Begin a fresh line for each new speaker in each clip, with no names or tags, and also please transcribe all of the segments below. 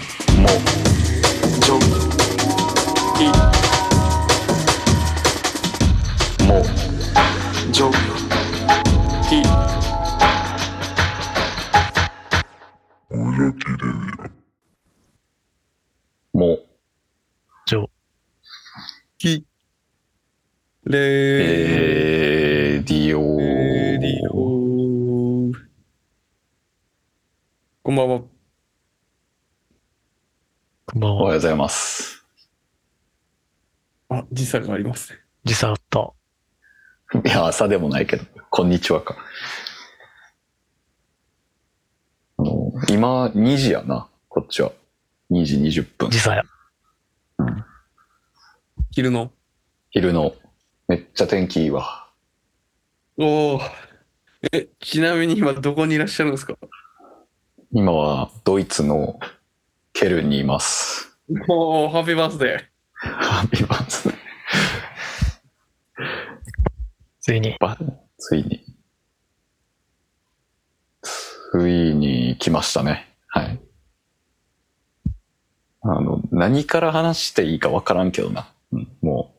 もジョイもジョイも
ジョ
きれー
えーディオ
レディオこんばんは。
こんばん
おはよ
は。
うございます
あ、時差がありますね。
時差あった。
いや朝でもないけどこんにちはかあの今2時やなこっちは2時20分
時差や。
昼の。
昼のめっちゃ天気いいわ
おお。え、ちなみに今どこにいらっしゃるんですか
今はドイツのケルンにいます
おお、ハッピーバースデー。
ハッピーバースデー
ついに。
ばついについに来ましたねはいあの何から話していいか分からんけどな、うん、も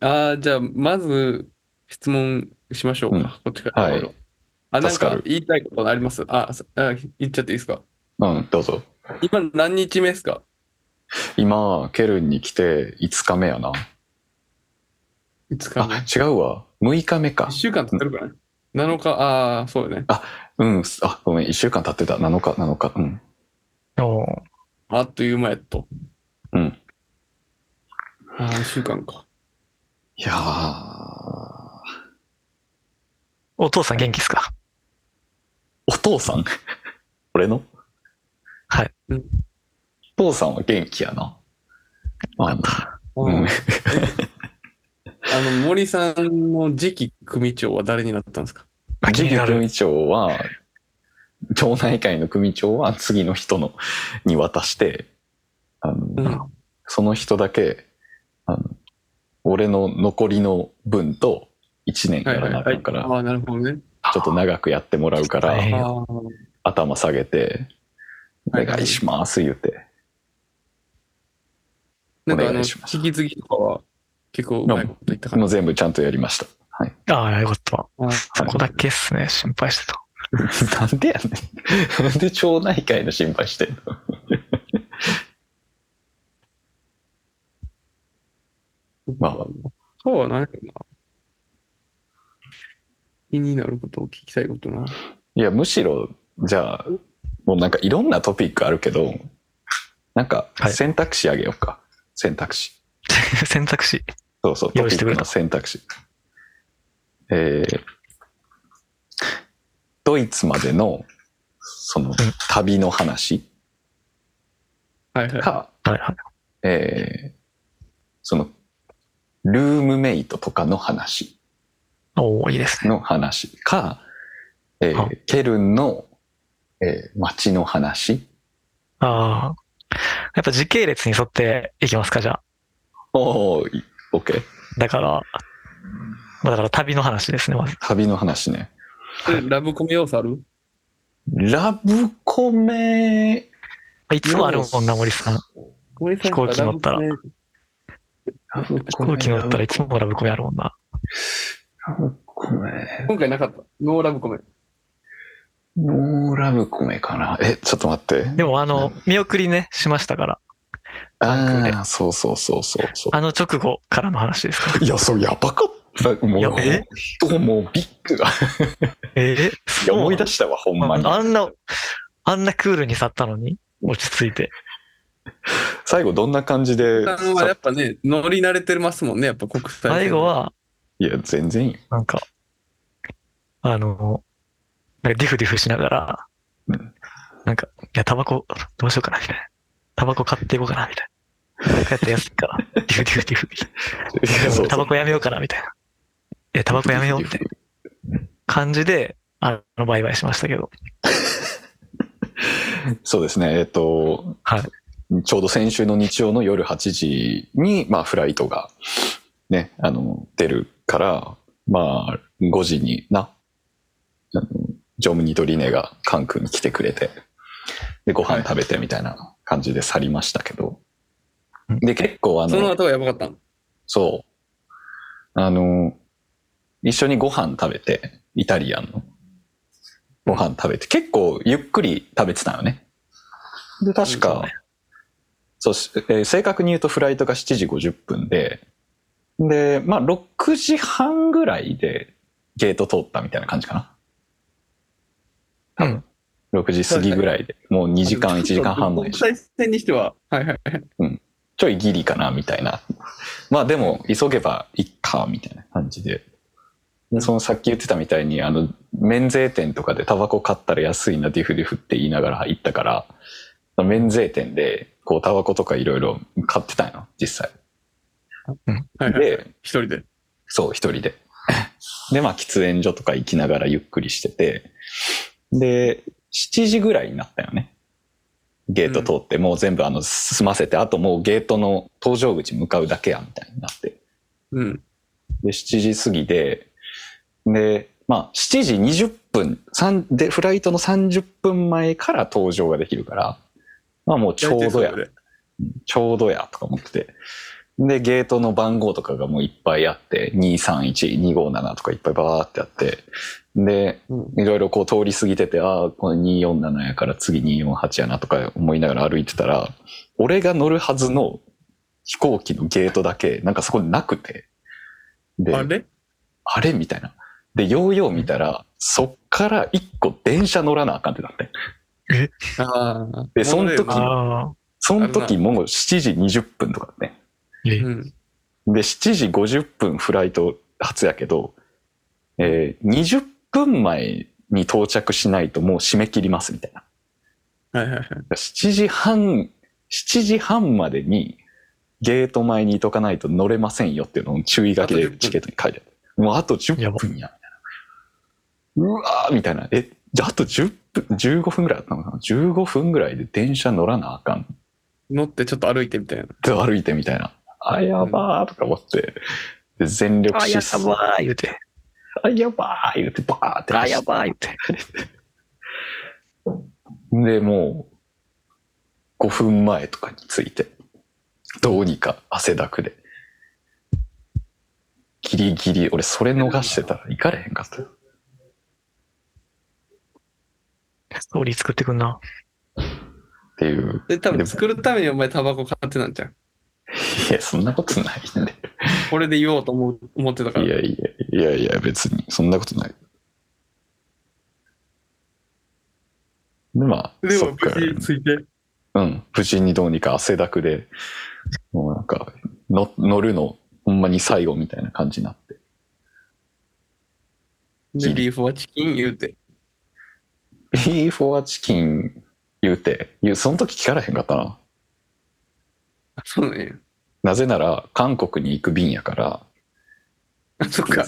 ああ、じゃあ、まず質問しましょうか。
うん
こっちから。
はい。
あ、なん
助か
か
る
言いたいことありますあそあ、言っちゃっていいですか
ううんどうぞ
今何日目ですか
今ケルンに来て5日目やな
?5 日目。
あ違うわ6日目か
1週間経ってるからね。7日、ああ、そうよね。
うんあごめん1週間経ってた7日7日うん
おー
あっという間やっと。
うん
ああ、1週間か。
いやー
お父さん元気ですか
お父さん 俺の
はい。
お父さんは元気やな。あのう ん
あの、森さんの次期組長は誰になったんですか
あ気
次
に
の
なる。
組長は、町内会の組長は次の人のに渡して、あの
うん
その人だけあの、俺の残りの分と1年からなるから、
ああ、なるほどね。
ちょっと長くやってもらうから、
はい
ああ、
頭下げて、お
はい
願いします言って。
なんかあ
お願
の、
いします
引き継ぎとかは結構うまいこと言った感
もう全部ちゃんとやりました。はい。
ああ、よかった。
じ。
そこだけっすね。心配してた。
なんでやねん。なんで町内会の心配してんの まあ、
そうはないよな。気になることを聞きたいことな。
いや、むしろ、じゃあ、もうなんかいろんなトピックあるけど、なんか
はい
選択肢あげようか。選択肢。
選択肢。
そうそう、ト
用意
ピ
して
ッ
く
ク
れ
の
た
選択肢。えー、ドイツまでの、その、旅の話
はいはい。
か、
はいはい。
えー、その、ルームメイトとかの話。
おおいいですね。
の話か、えー
は
ケルンの、えー街の話。
ああ。やっぱ時系列に沿っていきますか、じゃあ。
おーい、OK。
だから、まあだから旅の話ですね、まず。
旅の話ね。
それラブコメ要素ある
ラブコメ、
いつもあるもんな、森さん。
森さん
飛行機乗ったら
ラブコメ
ラブ
飛行機乗ったらいつもラブコメあるもんな。
ラブコメ、
今回なかった。ノーラブコメ。
ノーラブコメかな。え、ちょっと待って。
でもあの、見送りね、しましたから。関空
あ
で
あ、そうそうそうそうそ
あの直後からの話ですか。
う。いや、それやばかった。もう、
やえ
ほんともうびっくり。
ええ
いや思い出
し
したわ、ほんまに。
あんな、あんなクールに去ったのに、落ち着いて。
最後どんな感じで
森さんはやっぱね、乗り慣れてますもんね、やっぱ国際線
最後。は、
いや、全然いいよ。
なんか、あの、なんかディフディフしながら
うん、
なんか、いや、タバコ、どうしようかな、みたいな。タバコ買っていこうかな、みたいな。これ買ったら安いから、ディフディフディフデ
いや
ィ
そうそ
フ。
う
タバコやめようかな、みたいな。いや、タバコやめよう、みたいな感じで、あの、バイバイしましたけど。
そうですね、えっと、
はい
ちょうど先週の日曜の夜8時に、まあ、フライトが、ね、あの、出るから、まあ、5時にな、あのジョムニとリネが関空に来てくれて、で、ご飯食べてみたいな感じで去りましたけど
うん。
で、結構あ
その
の、
後はやばかったの
そう。あの、一緒にご飯食べて、イタリアンのご飯食べて、結構ゆっくり食べてたよね。で、確
うんそう
か
ね、
そうしえー正確に言うとフライトが7時50分で、で、まあ6時半ぐらいでゲート通ったみたいな感じかな。
うん
6時過ぎぐらいで、もう2時間、1時間半前
国際線にしては、はいはいはい。
ちょいギリかなみたいな。まあでも、急げばいっか、みたいな感じで。でそのさっき言ってたみたいに、あの、免税店とかでタバコ買ったら安いな、ディフディフって言いながら行ったから、免税店で、こう、タバコとかいろいろ買ってたんよ、実際。
はいはい、
で、
一人で。
そう、一人で。 で、まあ、喫煙所とか行きながらゆっくりしてて、で、7時ぐらいになったよね。ゲート通って、もう全部あの、済ませて、あともうゲートの搭乗口向かうだけや、みたいになって。
うん。
で、7時過ぎで、で、まあ、7時20分、三で、フライトの30分前から搭乗ができるから、まあもうちょうど
大体
や
そ、れで
ちょうどや、とか思ってて。で、ゲートの番号とかがもういっぱいあって、231、257とかいっぱいバーってあって、で、
うん
いろいろこう通り過ぎてて、ああ、この247やから次248やなとか思いながら歩いてたら、俺が乗るはずの飛行機のゲートだけ、なんかそこになくて。で、
あれ
あれみたいな。で、ようよう見たら、そっから一個電車乗らなあかんってなって。
ああ。
でその時
モ
ああ。
その時もう7時20分とかだね。
え
デルうん。
で、7時50分フライト初やけど、えー、20分前に到着しないともう締め切りますみたいな。
はいはいはい。
7時半、7時半までにゲート前にいとかないと乗れませんよっていうのを注意書き
あ
で
と10分
チケットに書いてある。もうあと10分や、
や
みた
ば
いな。うわーみたいな。え、じゃああと10分、15分ぐらいあったのかな ?15 分ぐらいで電車乗らなあかん
乗ってちょっと歩いてみたいな。
って歩いてみたいな。あ、やばーとか思って。で全力
あ、
疾
や
走。
ばー言うて。
あ、やばー言って、バーって
あ、
走
や
っ
ばー言うて。
で、もう、5分前とかについて、どうにか汗だくで。ギリギリ、俺それ逃してたら行かれへんかったよ。
ストーリー作ってくんな。
っていう。
で、多分作るためにお前タバコ買ってたんじゃん。
いや、そんなことないんで。
これで言おうと思う思ってたから。
いやいや、いやいや、別に、そんなことない。で、まあ、
で
そ
も
っ
無
か
事について。
ら、うん、無事にどうにか汗だくで、もうなんか、の乗るの、ほんまに最後みたいな感じになって。
で、ビーフはチキン言うて。
ビーフォアチキン言うて、言う、その時聞かれへんかったな。
あそうなんや。
なぜなら、韓国に行く便やから、
あ、そっか。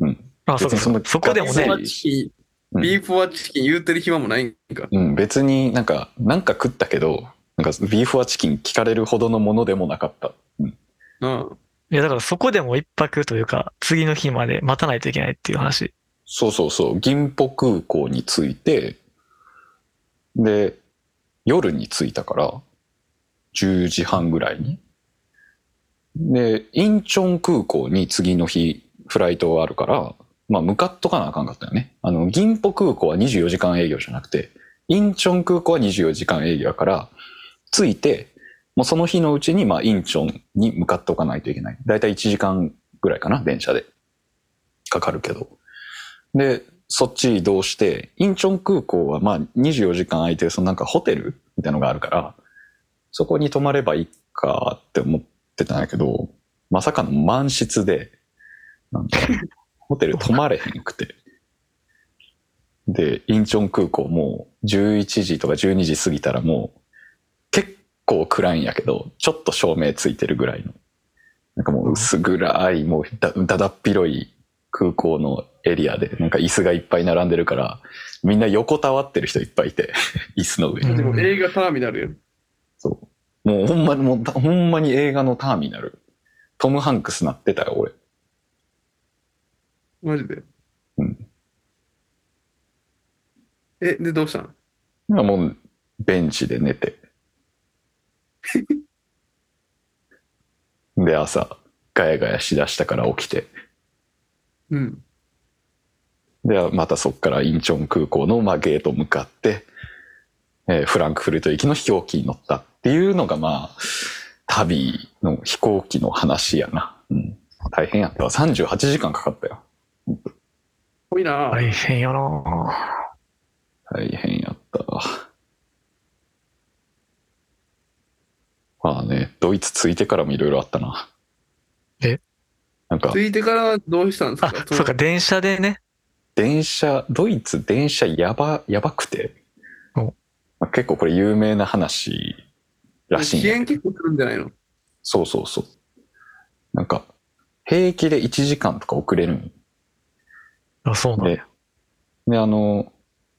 うん。
あ、そう
別
か。
にそ
そ
の
こで
う
ビ
も
ー
ね
フ、はチキ
う
ン、
ん
ビーフはチキン言うてる暇もないんか。
うん、別になんか、なんか食ったけど、なんかビーフォアチキン聞かれるほどのものでもなかった。うん。
あ
いやだからそこでも一泊というか、次の日まで待たないといけないっていう話。
そうそうそう、銀浦空港に着いて、で、夜に着いたから、10時半ぐらいに。で、インチョン空港に次の日、フライトがあるから、まあ、向かっとかなあかんかったよね。あの、銀浦空港は24時間営業じゃなくて、インチョン空港は24時間営業だから、着いて、もうその日のうちに、まあ、インチョンに向かっておかないといけない。だいたい1時間ぐらいかな、電車で。かかるけど。で、そっち移動して、インチョン空港はまあ24時間空いてる、そのなんかホテルみたいなのがあるから、そこに泊まればいいかって思ってたんやけど、まさかの満室で、なんか、ホテル泊まれへんくて。で、インチョン空港もう11時とか12時過ぎたらもう、結構暗いんやけど、ちょっと照明ついてるぐらいの。なんかもう薄暗い、もうだだだっ広い空港のエリアで、なんか椅子がいっぱい並んでるから、みんな横たわってる人いっぱいいて、 椅子の上
あ。
に。
でも映画ターミナルやん。
そう。もうほんまに、もうたほんまに映画のターミナル。トム・ハンクスなってたよ、俺。
マジで。
うん
え、で、どうしたん
もう、ベンチで寝て。で朝、ガヤガヤしだしたから起きて。
うん。
で、またそこからインチョン空港の、まあ、ゲート向かって、えーフランクフルト行きの飛行機に乗ったっていうのが、まあ、旅の飛行機の話やな。うん。大変やったわ。38時間かかったよ。
ぽいな
大変やな
大変やったわ。まあね、ドイツ着いてからもいろいろあったな。
え
なんか
つ、いてからどうしたんです
あ
か、
そうか、電車でね。
電車、ドイツ電車やば、やばくて。
お
まあ、結構これ有名な話らしいん
支
や
援結構するんじゃないの
そうそうそう。なんか、平気で1時間とか遅れるん
あ、そうなん
で
や。、
で、あの、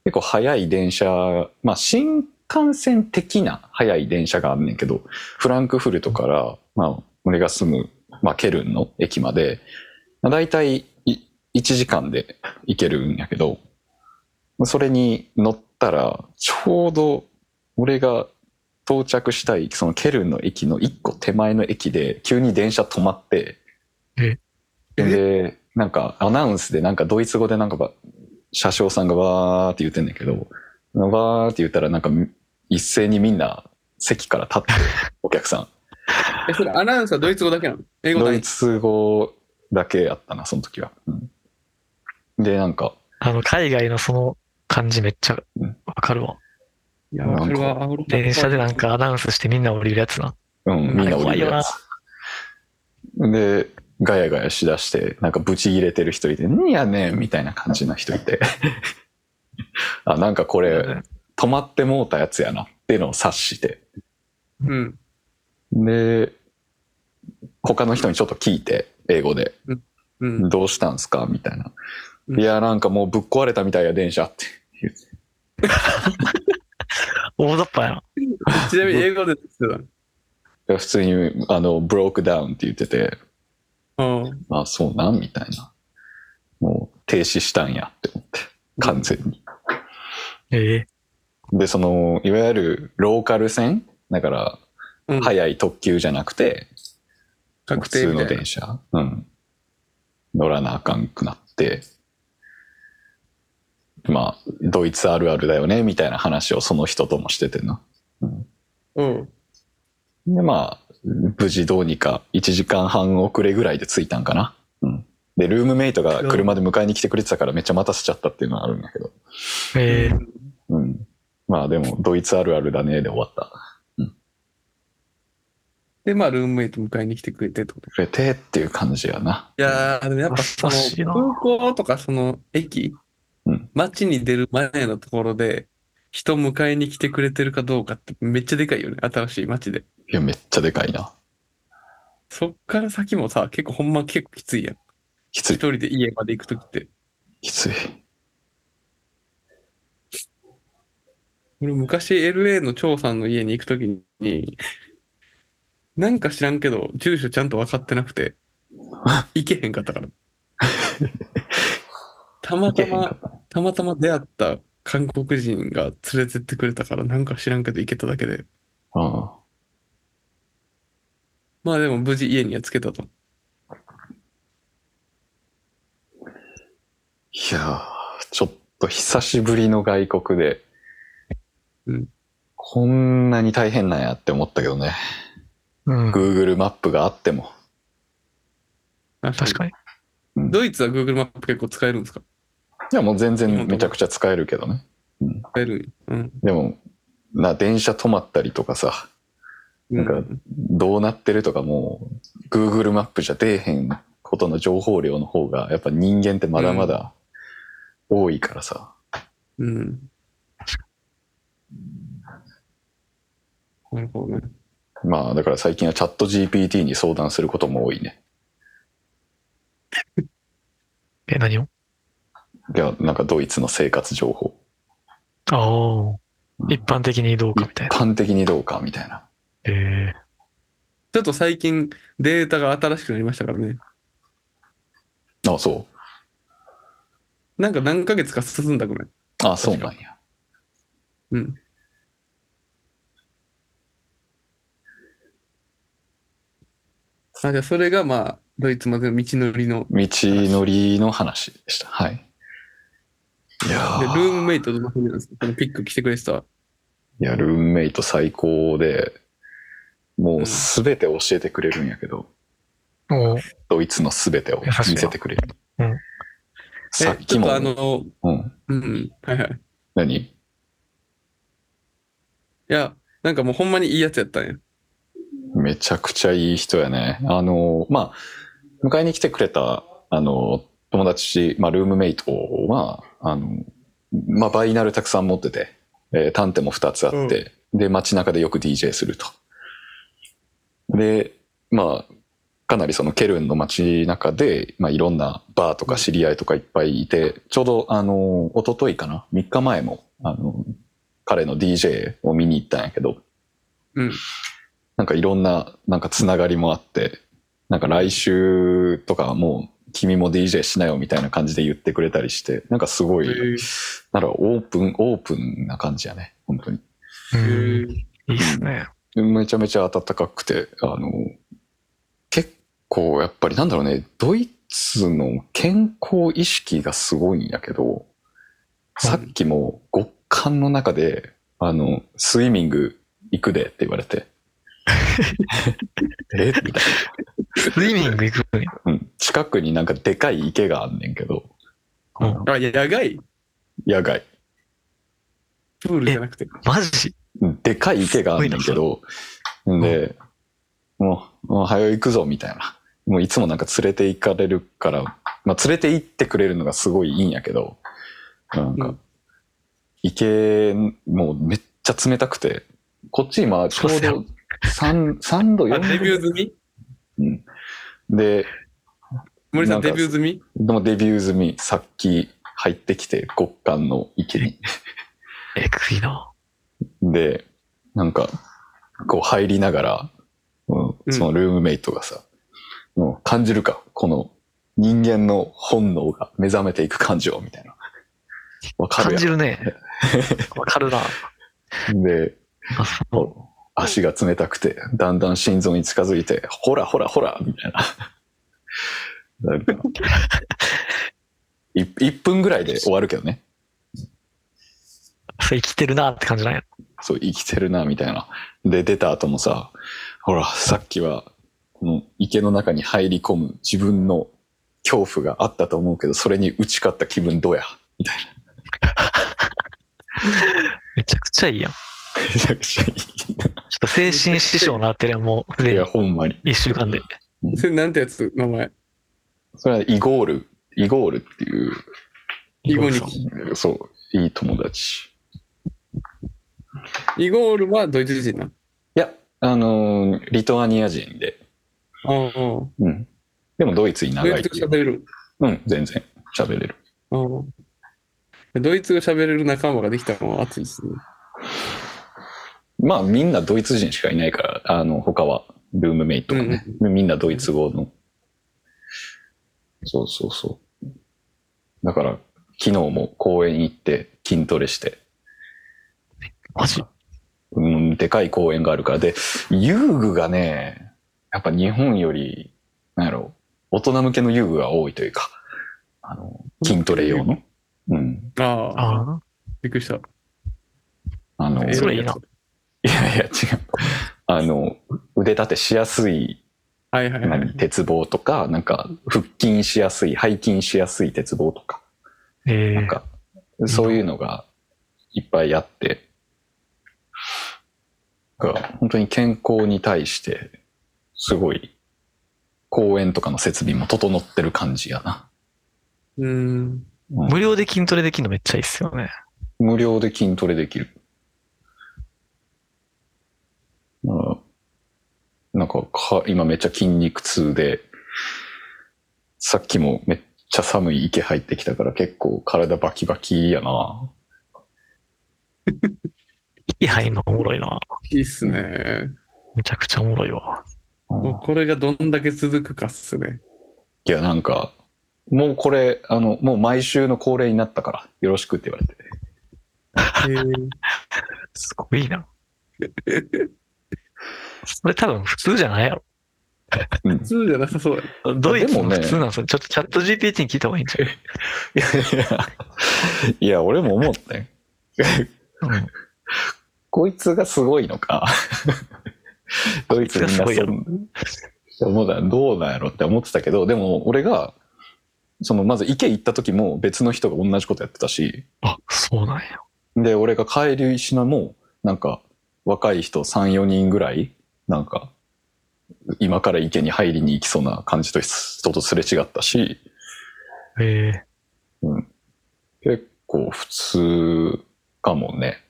結構早い電車、まあ新幹線的な早い電車があんねんけど、フランクフルトから、まあ俺が住む、まあケルンの駅まで、まあ、大体い1時間で行けるんやけど、それに乗ったら、ちょうど俺が到着したい、そのケルンの駅の1個手前の駅で、急に電車止まって、
え
で、なんかアナウンスで、なんかドイツ語でなんかば車掌さんがわーって言ってんだけど、わーって言ったらなんか一斉にみんな席から立 って、お客さ
え、それアナウンサードイツ語だけなの英
ん。
語
ド
単
イ
位。
ツ語だけやったな、その時は。うんで、なんか、
あの、海外のその感じめっちゃ
うん
わかるわ。
いや
なんか
それはアウロ
電車でなん。かアナウンスしてみんな降りるやつな。
うん、みんな降りるや
あ
つ。で、ガヤガヤしだして、なんかブチ切れてる人いて、んやねんみたいな感じの人い て。あ、なんかこれ、止まってもうたやつやなっていうのを察して。
うん。
で、他の人にちょっと聞いて、英語で、
うん。
どうしたんすかみたいな。
うん
いや、なんかもうぶっ壊れたみたいや、電車って言って。
大雑把やな。
ちなみに英語でですよ。
いや普通に、あの、ブロークダウンって言ってて、
うん。
あ、そうなんみたいな。もう停止したんやって思って、完全に。
ええ
で、その、いわゆるローカル線だから、
うん。い。
速い特急じゃなくて、
確
普
定
通
みた
の
いな
電。車、うん、乗らなあかんくなって、まあ、ドイツあるあるだよね、みたいな話をその人ともしててな。
うん。
で、まあ、無事どうにか1時間半遅れぐらいで着いたんかな。うん。で、ルームメイトが車で迎えに来てくれてたからめっちゃ待たせちゃったっていうのはあるんだけど。
ええ
うん。まあでも、ドイツあるあるだね、で終わった。
で、まあ、ルームメイト迎えに来てくれてってこと。
くれてっていう感じやな。
いやー、でもやっぱそ
優しいな
の、空港とかその駅
うん、
街に出る前のところで、人迎えに来てくれてるかどうかってめっちゃでかいよね。新しい街で。
いや、めっちゃでかいな。
そっから先もさ、結構ほんま結構きついやん。
きつ
一
い、
人で家まで行くときって。
きつい。
俺昔 LA の張さんの家に行くときに、なんか知らんけど、住所ちゃんと分かってなく て、行けへんかったから。たまたま、たまたま出会った韓国人が連れてってくれたから、なんか知らんけど行けただけで。
うん。
まあでも無事家にはつけたと。
いやー、ちょっと久しぶりの外国で、
うん
こんなに大変なんやって思ったけどね。
うん。
Google マップがあっても。
確かに。
うん
ドイツは Google マップ結構使えるんですか
いや、もう全然めちゃくちゃ使えるけどね。
使える。うん。
でも、な、電車止まったりとかさ、なんか
う
どうなってるとかもう、Google マップじゃ出えへんことの情報量の方が、やっぱ人間ってまだまだ多いからさ。
うん。なるほどね。
まあ、だから最近はチャット GPT に相談することも多いね。
え、何を
いや、なんかドイツの生活情報。
ああ。一般的にどうかみたい
一
な。
般的にどうかみたいな。
ええ
ちょっと最近データが新しくなりましたからね。
あ、そ
なんか何ヶ月か進んだくらい。
う。あ、そうなんや。
うん。あ、じゃあそれがまあ、ドイツまでの道のりの。
道のりの話でした。はい。いや
で、ル
ー
ームメイトとどんな感じなんですかこのピック来てくれてた。
いや、ルームメイト最高で、もうすべて教えてくれるんやけど、
おう
ドイツのすべてを見せてくれる。
うん
さっ
えち
き
ょっ
も、
とあの、
うん、
うん、はいはい。い
何
や、なんかもうほんまにいいやつやったんや。
めちゃくちゃいい人やね。あの、まあ、迎えに来てくれた、あの、友達、まあ、ルームメイトは、あの、まあ、バイナルたくさん持ってて、えー、探偵も2つあって、で、街中でよく DJ すると。で、まあ、かなりそのケルンの街中で、まあ、いろんなバーとか知り合いとかいっぱいいて、ちょうど、あの、一昨日かな ?3 日前も、あの、彼の DJ を見に行ったんやけど、
うん。
なんかいろんな、なんかつながりもあって、なんか来週とかはもう君も DJ しなよみたいな感じで言ってくれたりして、なんかすごい、
へえ
なんかオープン、オープンな感じやね、本当に。
う
へ
ん。
え
いいっすね。
めちゃめちゃ温かくて、あの、結構やっぱりなんだろうね、ドイツの健康意識がすごいんやけど、さっきも極寒の中で、あの、スイミング行くでって言われて、えみたいな。
スイミング行くんや。
うん、近くになんかでかい池があんねんけど、
うん
あの
あ、野外
野外。
プールじゃなくて。
マジ
うんでかい池があんねんけど、んで、もう、もう早う行くぞみたいな。もういつもなんか連れて行かれるから、まあ連れて行ってくれるのがすごいいいんやけど、なん
う
か
ん、
池、もうめっちゃ冷たくて、こっち今ちょ
そううっすよ
ど3、3度、
あ、
4度
デビュー
ぐらい。
済み
うんで、
森さん、
な
デ
んか
ビュー済み
でもデビュー済み、さっき入ってきて、極寒の池に。
えぐいな。
で、なんか、こう入りながら、うん
うん
そのルームメイトがさ、うん感じるかこの人間の本能が目覚めていく感情みたいな。わかる
感
や
じる ね。わか るな。
ん。で、
あ、そう。
足が冷たくて、だんだん心臓に近づいて、ほらほらほらみたいな。なんかい1分ぐらいで終わるけどね。
それ生きてるなって感じなんや。
そう、生きてるな、みたいな。で、出た後もさ、ほら、さっきは、この池の中に入り込む自分の恐怖があったと思うけど、それに打ち勝った気分 どうやみたい
めちゃくちゃいいやん。ちょ
な。めちゃくちゃい
っと精神師匠になってるやん、もう、す
い。い
で
や、
に。
ほんまに。
一週間で。
それなんてやつ名前。
それはイゴール、イゴールってい
イゴニ
さん
キ。
う、そう、いい友達。
イゴールはドイツ人な。
いや、あのーリトアニア人で、
ああ、ド
うん。でもドイツに長い
イ
って
ツ
い
語
う
喋。れる。
うん、全然喋れる。
ああ。ドイツ語喋れる仲間ができたのは熱いですね。
まあみんなドイツ人しかいないから、あの、他は、ルームメイトがね、みんなドイツ語の。そうそうそう。だから、昨日も公園行って筋トレして、
マジ
うん、でかい公園があるから。で、遊具がね、やっぱ日本より、なんやろ、大人向けの遊具が多いというか、あの、筋トレ用の。うん。
ああ、
あ
びっくりした。
あの、
エ
そ
ロ
れ
い
いい
や
な
つ。
いやいや違う。あの、腕立てしやすい
はいはいはい
何。鉄棒とか、なんか腹筋しやすい、背筋しやすい鉄棒とか、
あ。え
なん
え。
か、そういうのがいっぱいあって、が本当に健康に対して、すごい、公園とかの設備も整ってる感じやな。
うん。
うん
無料で筋トレできるのめっちゃいいっすよね。
無料で筋トレできる。まあ、なんかか、今めっちゃ筋肉痛で、さっきもめっちゃ寒い池入ってきたから結構体バキバキやな。
いや、今おもろいな。
いいっすね。
めちゃくちゃおもろいわ。
うん
もうこれがどんだけ続くかっすね。
いや、なんか、もうこれ、あの、もう毎週の恒例になったから、よろしくって言われて。
へえ
すごいな。それ多分普通じゃないやろ。
うん
普通じゃなさそうや。
どういう
でもね
普通なんそれちょっとチャット GPT に聞いた方がいいんじ
いやいや、いや、俺も思ったよ。
ゃん。うん
こいつがすごいのか。ドイツみんな
こいつがすごいや
そ
ろ
ん思うだどうなんやろって思ってたけど、でも俺が、そのまず池行った時も別の人が同じことやってたし、
あ、そうなんや。
で、俺が帰り品も、なんか若い人3、4人ぐらい、なんか、今から池に入りに行きそうな感じと人とすれ違ったし、
え
結構普通かもね。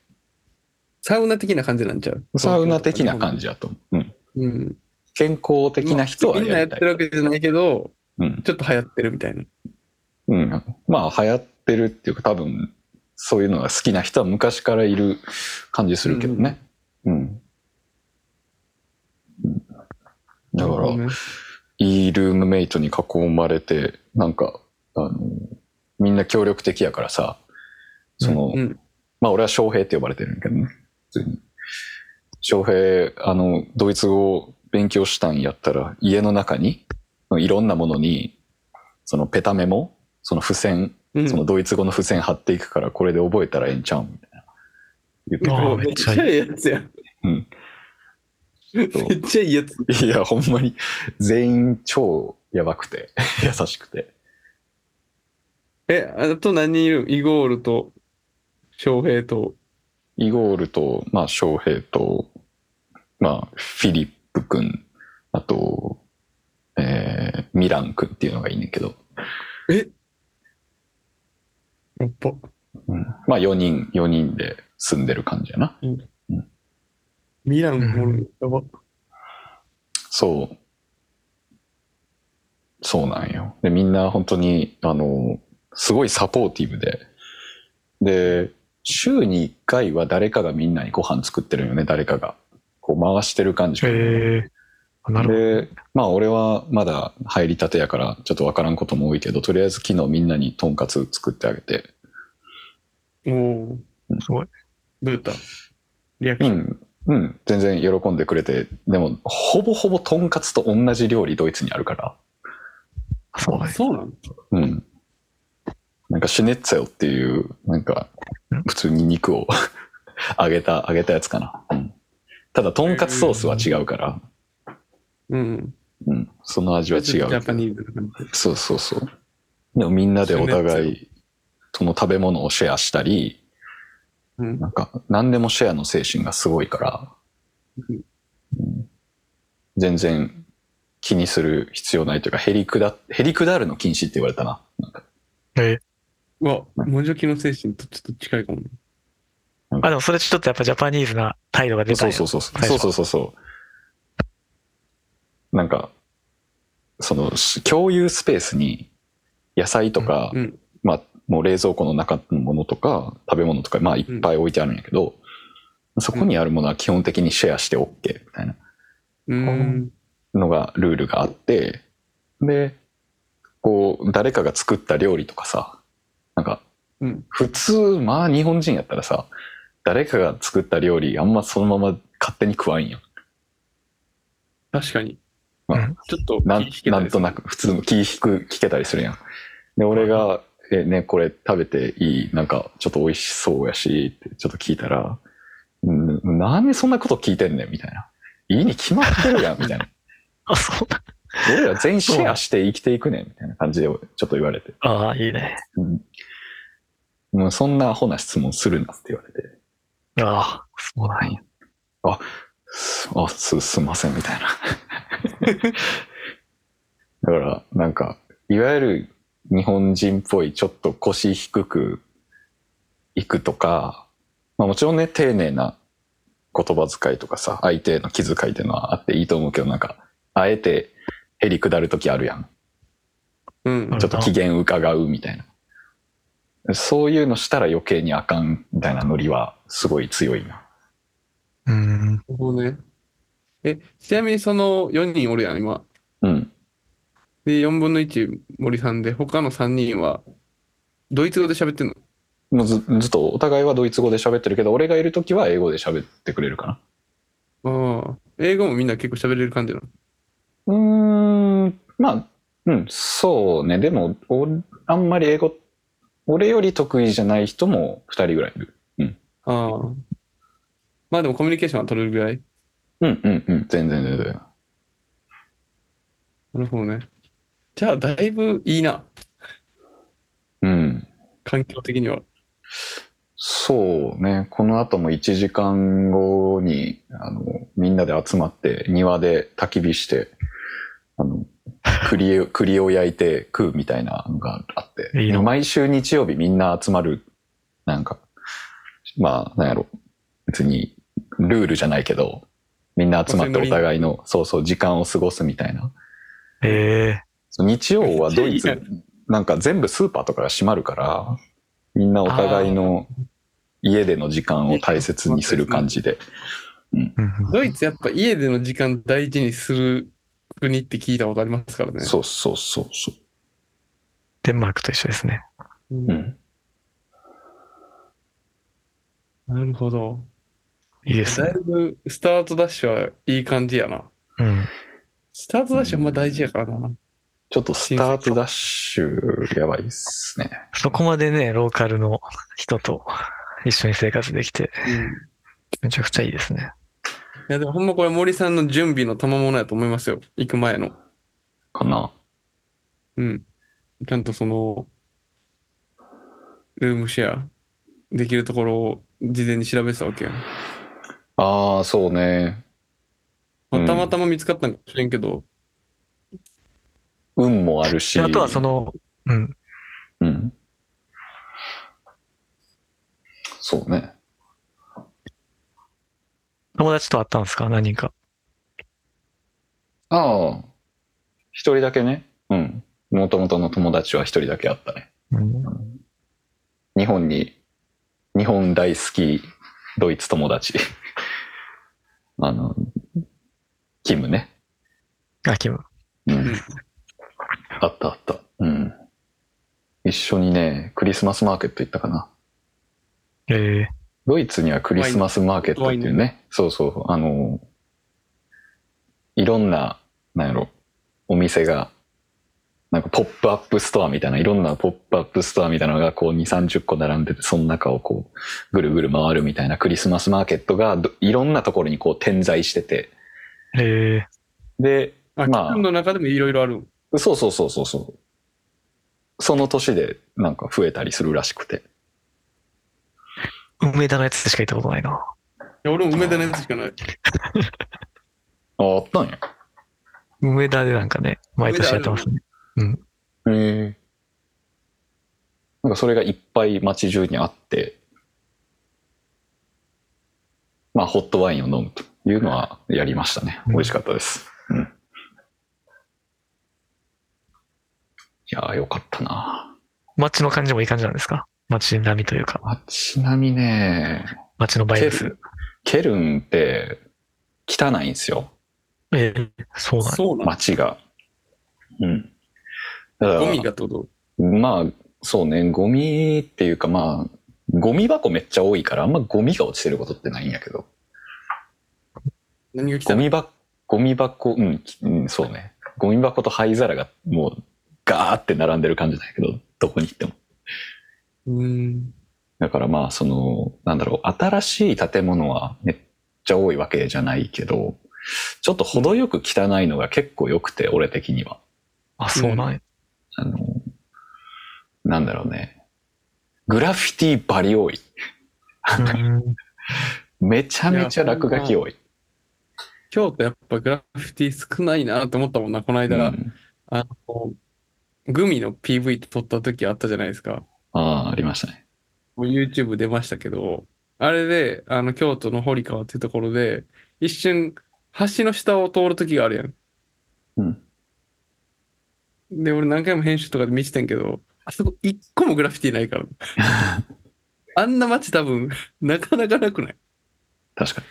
サウナ的な感じなんちゃう
サウナ的な感じ。だと思う。うん。
うん。
健康的な人は
みんな
や
やっ
りた
て
い。
るわけじゃないけど、
うん。
ちょっと流行ってるみたいな。
うん。まあ、流行ってるっていうか、多分、そういうのが好きな人は昔からいる感じするけどね。うん。うんだから、
うん
いいルームメイトに囲まれて、なんか、あの、みんな協力的やからさ、その、
うん。
まあ俺は翔平って呼ばれてるんやけどね、普通に。翔平、あの、ドイツ語を勉強したんやったら、家の中に、いろんなものに、そのペタメモ、その付箋、
うん
そのドイツ語の付箋貼っていくから、これで覚えたらええんちゃうんみたいな。言って
うわ
く
あ
め
め
っ
っ
ち
ち
ゃ
ゃいい
いいやつやん。
うん
めっちゃいいやつ。
れていや、ほんまに、全員超やばくて、優しくて。
え、あと何人いるイゴールと、翔平と、
イゴールと、まあ、翔平と、まあ、フィリップくん、あと、えー、ミランくんっていうのがいいねんだけど、
やっぱ、
うんまあ、4人、4人で住んでる感じやな。
ミランもおる、やば。
そう。そうなんよ。で、みんな本当に、あの、すごいサポーティブで、で、週に1回は誰かがみんなにご飯作ってるよね、誰かが。こう回してる感じ
え
が。
ええなるほど。
で、まあ俺はまだ入りたてやからちょっとわからんことも多いけど、とりあえず昨日みんなにとんかつ作ってあげて、
おお
すごい。
どうやったリアク
う
ション。
ん、うん、全然喜んでくれて、でもほぼほぼとんかつと同じ料理ドイツにあるから、
そうなんや
そうなの
うん。なんかシュネッツェオっていう、なんか
うん
普通に肉を 揚げた、揚げたやつかな。うん、ただとんかつソースは違うから、
うん。
うん、その味は違う
ジ
けど。
ャパニーズな感じ
そうそうそう。でもみんなでお
そう
互
ね
い、その食べ物をシェアしたり、
うん。
なんか何でもシェアの精神がすごいから、
うん
うん全然気にする必要ないというか、へりくだ、へりくだるの禁止って言われたな。なんか
え
うわ、文書きの精神とちょっと近いかもね。
あ、でもそれちょっとやっぱジャパニーズな態度が出たん
そう
や
そうそうそう。
最
そう
初
そうそうそう。なんか、その、し共有スペースに野菜とか、
うん。
まあ、もう冷蔵庫の中のものとか、食べ物とか、まあ、いっぱい置いてあるんやけど、そこにあるものは基本的にシェアして OK みたいな
うん。
のが、ルールがあって、で、こう、誰かが作った料理とかさ、なんか、
うん
普通、まあ、日本人やったらさ、誰かが作った料理、あんまそのまま勝手に食わんやん。
確かに。
ま
あ
ちょっと、
なんなんとな
く。
く、普通の気引く、聞けたりするやん。で、俺が、え、ね、これ食べていいなんか、ちょっと美味しそうやし、ってちょっと聞いたら、んなんでそんなこと聞いてんねんみたいな。いいに決まってるやんみたいな。
あ、そうだ。
俺ら全員シェアして生きていくねんみたいな感じで、ちょっと言われて。
ああ、いいね。
うんもうそんなアホな質問するなって言われて。
ああ、そうなんや。
すあ、す、すんません、みたいな。 だから、なんか、いわゆる日本人っぽい、ちょっと腰低くいくとか、まあもちろんね、丁寧な言葉遣いとかさ、相手への気遣いっていうのはあっていいと思うけど、なんか、あえてへりくだるときあるやん。
うん。
ちょっと機嫌伺うみたいな。そういうのしたら余計にあかんみたいなノリはすごい強いな。
うん。
そうね。え、ちなみにその4人おるやん、今。
うん。
で、4分の1森さんで、他の3人は、ドイツ語で喋ってんの
もうずずっとお互いはドイツ語で喋ってるけど俺がいる時は英語で喋ってくれるか
ああ、英語もみんな結構喋れる感じなの
なうーまあ、うん、そうね。でも、おあんまり英語、俺より得意じゃない人も2人ぐらいいる。
ああ。まあでもコミュニケーションは取れるぐらい。
うんうんうん、全然全然。
なるほどね。じゃあ、だいぶいいな。
うん。
環境的には。
そうね。この後も1時間後に、あの、みんなで集まって、庭で焚き火して、あの、栗を、 栗を焼いて食うみたいなのがあって。
いいな
毎週日曜日みんな集まる、なんか、まあ、なんやろ。別に、ルールじゃないけど、みんな集まってお互いの、そうそう、時間を過ごすみたいな。
え
そう日曜はドイ
めっ
ツ
ちゃ
なんか全部スーパーとかが閉まるからみんなお互いの家での時間を大切にする感じで
えー。
ドイツやっぱ家での時間大事にする国って聞いたことありますからね。
そうそうそうそ
デンマークと一緒ですね。
う
ううんん
なるほど。
いいです
だい
ね。
ぶスタートダッシュはいい感じやな。
うん。
スタートダッシュほんま大事やからな。
ちょっとスタートダッシュやばいっすね
そこまでね、ローカルの人と一緒に生活できて、
うん
めちゃくちゃいいですね。
いやでもほんまこれ森さんの準備の賜物やと思いますよ。行く前の。
かな
うん。ちゃんとその、ルームシェアできるところを事前に調べてたわけやん。
ああそうねう
ま
ん
あたまたま見つかったんかもしれんけど、
運もあるし
であとはその、うん。
うんそうね
友達と会ったんですか何人か。
ああ一人だけねうんもともとの友達は一人だけあったね
うん。
日本に、日本大好きドイツ友達。 あの、キムね。
あ、キム。
うん
ん
あったあった。うん。一緒にね、クリスマスマーケット行ったかな。
え
ドイツにはクリスマスマーケットってい
ワ
うね、そうそう、あの、いろんな、なんやろ、お店が、なんかポップアップストアみたいな、いろんなポップアップストアみたいなのがこう2、30個並んでて、その中をこう、ぐるぐる回るみたいなクリスマスマーケットがど、いろんなところにこう点在してて、
ー、え
で、
あ、
まあ
キムの中でもいろいろある。
そうそうそうそうそう、その年でなんか増えたりするらしくて。
ー、梅田のやつしか行ったことないな。
いや俺も梅田のやつしかない。
あ、あったんや。
梅田でなんかね、毎年やってますね。
へえ。なんかそれがいっぱい街中にあって、まあ、ホットワインを飲むというのはやりましたね。
うん
美味しかったです。うん。いやー、よかったな。
街の感じもいい感じなんですか街並みというか、
街並みね、
街のバイブ
ケ
ス。
ケルンって汚いんですよ、
えー、そうなん
そうなの
街が。うん。だから
ゴミがってこと
まあ、そうね、ゴミっていうかまあ、ゴミ箱めっちゃ多いから、あんまゴミが落ちてることってないんやけど、
何が来
ゴ
た
ミ箱、ゴミ箱、うん、きうん、そうね。ゴミ箱と灰皿がもうガーって並んでる感じだけど、どこに行っても。
うん。
だからまあ、その、なんだろう、新しい建物はめっちゃ多いわけじゃないけど、ちょっと程よく汚いのが結構良くて、俺的には。
あ、そうなんや。
あの、なんだろうね。グラフィティバリ多い。
うん
めちゃめちゃ落書き多い。
京都やっぱグラフィティ少ないなと思ったもんな、この間、
うん
あの、グミの PV 撮った時あったじゃないですか。
ああ、ありましたね。
もう YouTube 出ましたけど、あれで、あの、京都の堀川っていうところで、一瞬、橋の下を通る時があるやん。
うん。
で、俺何回も編集とかで見てたんやけど、あそこ一個もグラフィティないから。あんな街多分、なかなかなくない
確か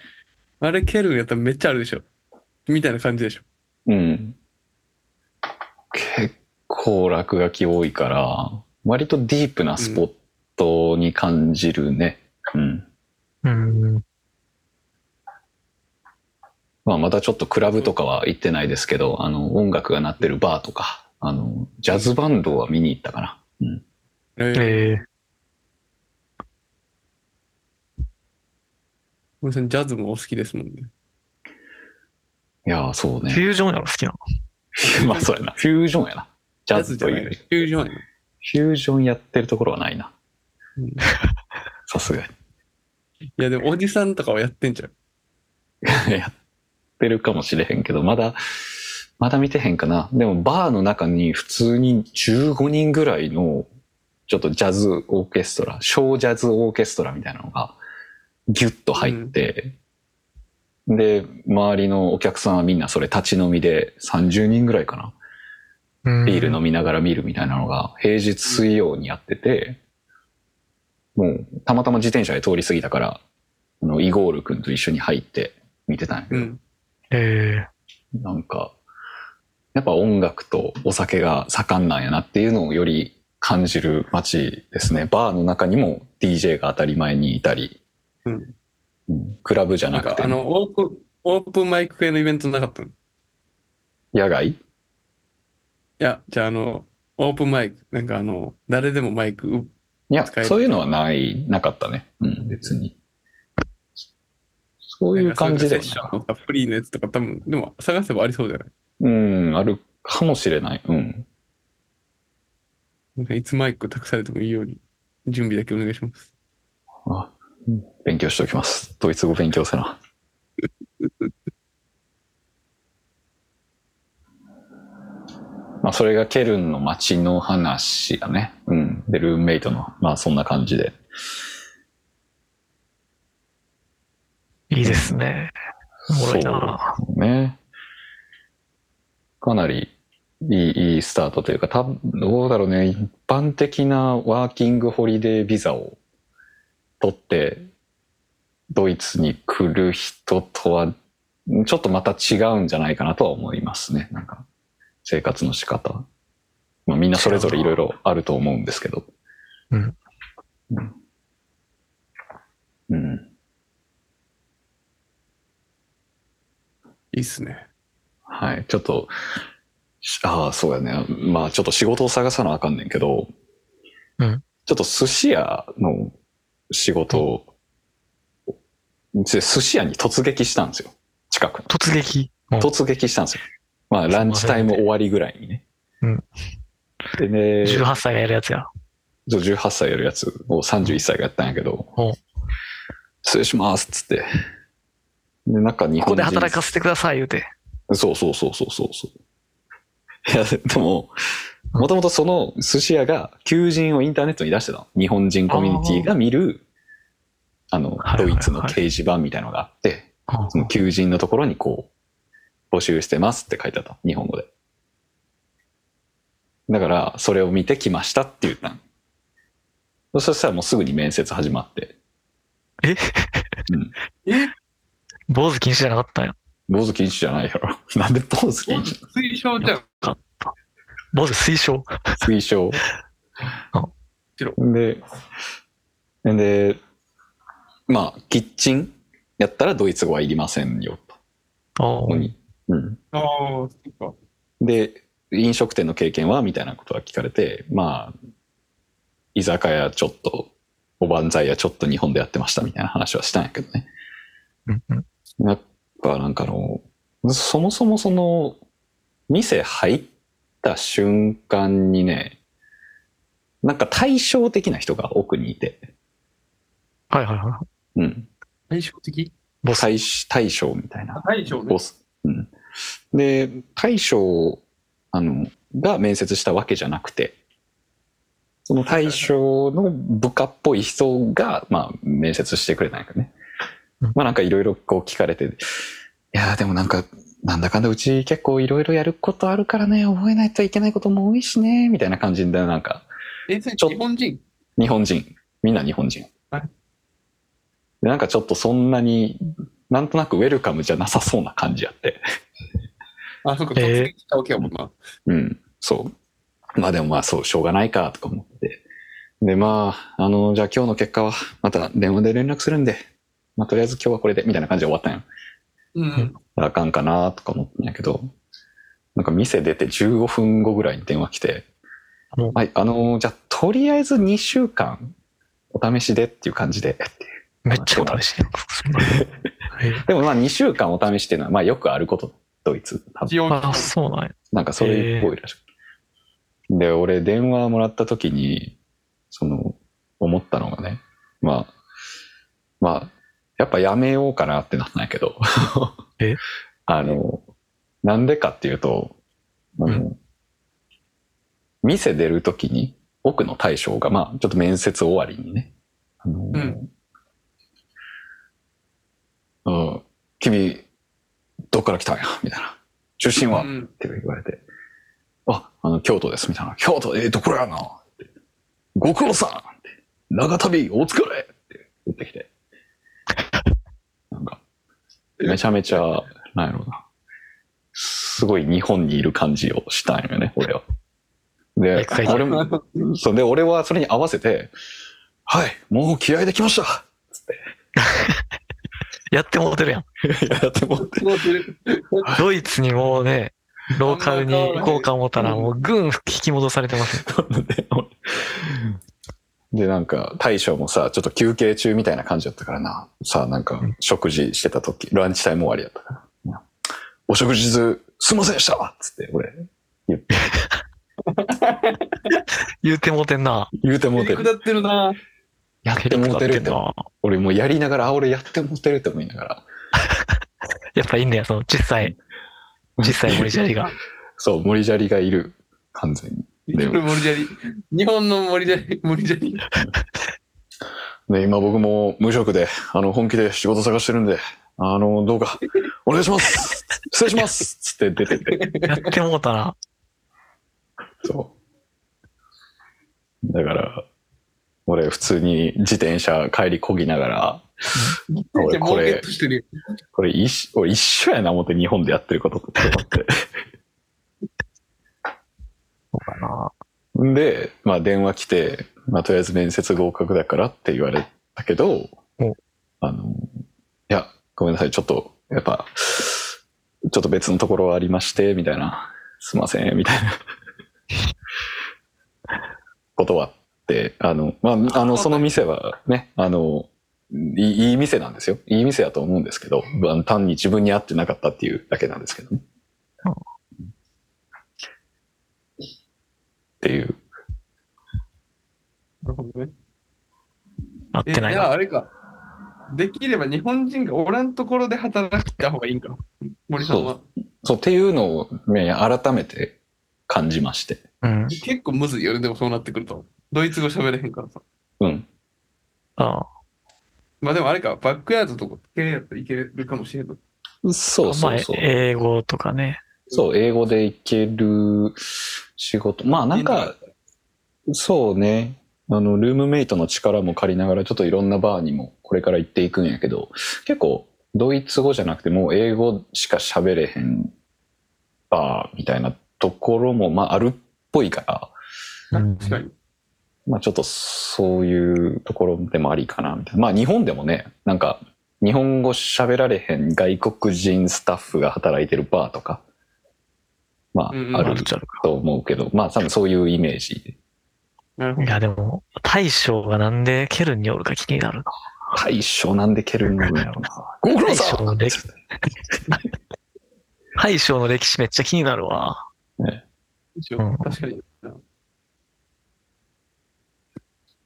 あれ蹴るんやったらめっちゃあるでしょ。みたいな感じでしょ。
に。うん。結構落書き多いから、割とディープなスポットに感じるね。うん。
うん。
まあ、まだちょっとクラブとかは行ってないですけど、あの、音楽が鳴ってるバーとか、あの、ジャズバンドは見に行ったかな。うん。
えー、
ええ
森さんジャズもお好きですもんね。
いやー、そう
フ
ね。
ュージョンやろ、好きなの。
まあ、そうやな。フュージョンやな。ジャズ
じゃ
と
ないい。
う。
フ
フ
ュージョンや
ュージョンやってるところはないな。
うん
さすがに。
いや、でもおじさんとかはやってんじゃん。
やってるかもしれへんけど、まだ、まだ見てへんかな。でも、バーの中に普通に15人ぐらいの、ちょっとジャズオーケストラ、小ジャズオーケストラみたいなのが、ギュッと入って、で、周りのお客さんはみんなそれ立ち飲みで30人ぐらいかな。ビール飲みながら見るみたいなのが平日水曜にやってて、もうたまたま自転車で通り過ぎたから、あの、イゴール君と一緒に入って見てたんやけ
う
ど、
ん。
え
なんか、やっぱ音楽とお酒が盛んなんやなっていうのをより感じる街ですね。バーの中にも DJ が当たり前にいたり、
うん
うんクラブじゃ
な
なん
か
く、て
あ、の、オープン、オープンマイク系のイベントなかったのい
野外
や、じゃあ、あの、オープンマイク、なんかあの、誰でもマイクう、
いや
使え、る
そういうのはない、なかったね。うん、別に。そういう感じ
な
で
んかそういうセッションとかフリーのやつとか多分、でも探せばありそうじゃない
うん、あるかもしれない。うん。
なんかいつマイク託されてもいいように、準備だけお願いします。
あうん勉強しておきます。ドイツ語勉強せな。まあ、それがケルンの街の話だね。うん。で、ルームメイトの、まあ、そんな感じで。
えいいですね。おもろいな。
そうね。かなりいいいいスタートというか、たどうだろうね、一般的なワーキングホリデービザを取って、ドイツに来る人とは、ちょっとまた違うんじゃないかなとは思いますね。なんか、生活の仕方。まあ、みんなそれぞれいろいろあると思うんですけど。
うん
うん。うん。
いいっすね。
はい。ちょっと、しああ、そうやね。まあ、ちょっと仕事を探さなあかんねんけど、
うん
ちょっと寿司屋の仕事を、で寿司屋に突撃したんですよ。近くの。
突撃。うん
突撃したんですよ。まあ、ランチタイム終わりぐらいにね。
うん
でね、
18歳がやるやつや。
そう18歳やるやつを31歳がやったんやけど
うん、
失礼しますっつって。で、なんか日
こ
本人
こで働かせてください、言うて。
そうそうそうそうそうそう。いや、でも、もともとその寿司屋が求人をインターネットに出してたの。日本人コミュニティが見る、あの
は、いはい
ド
はい
イツの掲示板みたいのがあって、その
う
求人のところにこう、募集してますって書いてあったの。日本語で。だから、それを見てきましたって言ったの。そしたらもうすぐに面接始まって。
え
うん。
ん坊主禁止じゃなかったんや。
坊主禁止じゃないやろ。 なんで坊主禁止
推奨じゃん。
坊主推奨。
推奨
あ。
で、で、まあ、キッチンやったらドイツ語はいりませんよ、と。
お
ここ
ー
にうん、
ああ、そっか。
で、飲食店の経験はみたいなことは聞かれて、まあ、居酒屋ちょっと、おばんざいやちょっと日本でやってましたみたいな話はしたんやけどね。
うんうん
やっぱなんかあの、そもそもその、店入った瞬間にね、なんか対照的な人が奥にいて、
はいはいはい。
うん。
対照的
ボス。
対し大将みたいな。
対照
ボ。ス。うん。で、大将、あの、が面接したわけじゃなくて、その大将の部下っぽい人が、まあ、面接してくれたんやけどね
うん。
まあなんかいろいろこう聞かれて、いやーでもなんか、なんだかんだうち結構いろいろやることあるからね、覚えないといけないことも多いしね、みたいな感じで、なんか、
え、それ
ちょっと
日本人
日本人。みんな日本人。
はい
でなんかちょっとそんなに、なんとなくウェルカムじゃなさそうな感じやって。
あ、そっか、
え
突
ー
撃したわけやもんな。
うん、そう。まあでもまあそう、しょうがないか、とか思って。で、まあ、あの、じゃあ今日の結果は、また電話で連絡するんで、まあとりあえず今日はこれで、みたいな感じで終わったんよ。
うん。
あかんかなとか思ったんやけど、なんか店出て15分後ぐらいに電話来て、
もう
はい、あのーじゃあとりあえず2週間お試しでっていう感じでっていう
めっちゃお試しで。 え
でもまあ2週間お試しっていうのはまあよくあること、ドイツ。多分
一応、
あ、そうなんや。
なんかそれっぽいらしくて。で、俺電話もらった時に、その、思ったのがね、まあ、まあ、やっぱやめようかなってなったんやけど
え
あの、なんでかっていうと、あの
う
店出る時に、奥の大将が、まあ、ちょっと面接終わりにね、あの、
ん
うん君、どっから来たんやみたいな。出身は、
うん
って言われて、あ、あの、京都です、みたいな。京都、ええところやな。ってご苦労さんって長旅、お疲れって言ってきて。なんか、めちゃめちゃ、なんやろうな。すごい日本にいる感じをしたんよね、俺は。で
え、
俺も、そうで、俺はそれに合わせて、はい、もう気合できました
やってもうてるやん。
やってもうて。
ドイツにもうね、ローカルに行こうか思ったら、もう軍引き戻されてますよ。
で、俺で、なんか、大将もさ、ちょっと休憩中みたいな感じだったからな。さあ、なんか、食事してた時、ランチタイム終わりやったから。お食事中、すいませんでしたわつって、俺、
言うてもうてんな。
言うてもうてる。
下ってるな。
やってもうてるって。
な。
俺もうやりながら、あ、俺やってもうてるって思いながら。
やっぱいいんだよ、その小さい、小さい森砂利が。
そう、森砂利がいる。完全に。で
これ森砂利。日本の森砂利、森砂利。
で、今僕も無職で、あの、本気で仕事探してるんで、あの、どうか、お願いします失礼しますつって出てって。
やってもうたな。
そう。だから、俺普通に自転車帰りこぎながら、俺こ
モーケ
れ
ット、してるよ。
これ一緒俺一緒やな思って日本でやってることと思 って。
そうかな。
で、まあ電話来て、まあとりあえず面接合格だからって言われたけど
お、
あの、いや、ごめんなさい、ちょっと、やっぱ、ちょっと別のところありまして、みたいな、すいません、みたいな。 断って、あの、まあ、あの、その店はね、あの、いいいい店なんですよ。いい店だと思うんですけど、まあ単に自分に合ってなかったっていうだけなんですけどね。
うん
っていう
なるほどね。
合っ
え
てない
じゃあ
な。
あれか。できれば日本人がおらんところで働いた方がいいんか。森さんは。
そう、っていうのを、ね、改めて感じまして。
うん。
結構むずいよね、でもそうなってくると。ドイツ語喋れへんからさ。
うん。
あ
まあでもあれか、バックヤードとか系やったらいけるかもしれんの。
そう
ま
そ
あ
うそう。、
英語とかね。
そう、英語でいける仕事。まあなんか、そうね。あの、ルームメイトの力も借りながら、ちょっといろんなバーにもこれから行っていくんやけど、結構、ドイツ語じゃなくて、もう英語しか喋れへんバーみたいなところも、まああるっぽいから、
うん
確かに。
まあちょっとそういうところでもありかなみたいな。まあ日本でもね、なんか日本語喋られへん外国人スタッフが働いてるバーとか、まあ
うんうん
あ
あ
る
るっちゃあるか。
と思うけど、まあ多分そういうイメージ。
なるほ
い
ど。
や、でも、大将がなんでケルンにおるか気になるな。
大将なんで蹴るんだろうな。ご苦労さ
大将の
ん
歴 大将の歴史めっちゃ気になるわ。うん
確かに。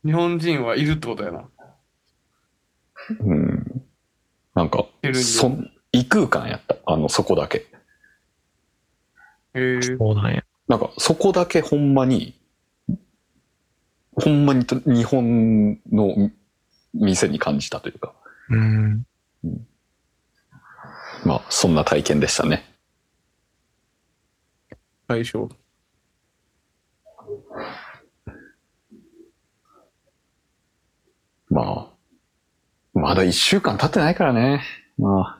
日本人はいるってことやな。
うん。なんか
蹴、るんだ
そん、異空間やった。あの、そこだけ。
へえ。
そうなんや。
なんか、そこだけほんまに、ほんまにと日本の店に感じたというか。
うん。
まあ、そんな体験でしたね。
最初。
まあ、まだ一週間経ってないからね。まあ、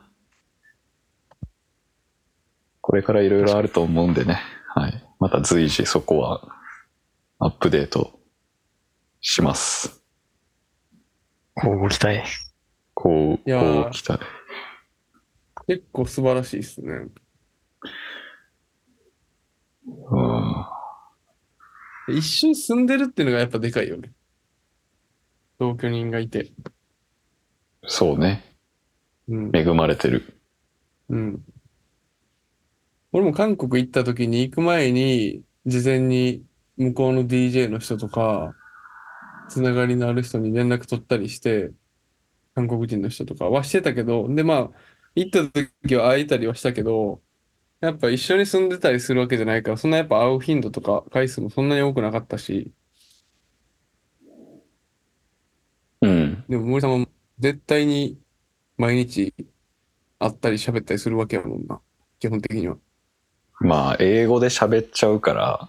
これからいろいろあると思うんでね。はい。また随時そこはアップデートします。
こうご期待。
こう、
いやー
こう来た。
結構素晴らしいですね。
うん。
一緒に住んでるっていうのがやっぱでかいよね。同居人がいて。
そうね。
うん。
恵まれてる。
うん。俺も韓国行った時に行く前に、事前に向こうの DJ の人とか、つながりのある人に連絡取ったりして、韓国人の人とかはしてたけど、でまあ、行った時は会えたりはしたけど、やっぱ一緒に住んでたりするわけじゃないから、そんなやっぱ会う頻度とか回数もそんなに多くなかったし、
うん。
でも森さんは絶対に毎日会ったり喋ったりするわけやもんな。基本的には。
まあ、英語で喋っちゃうから、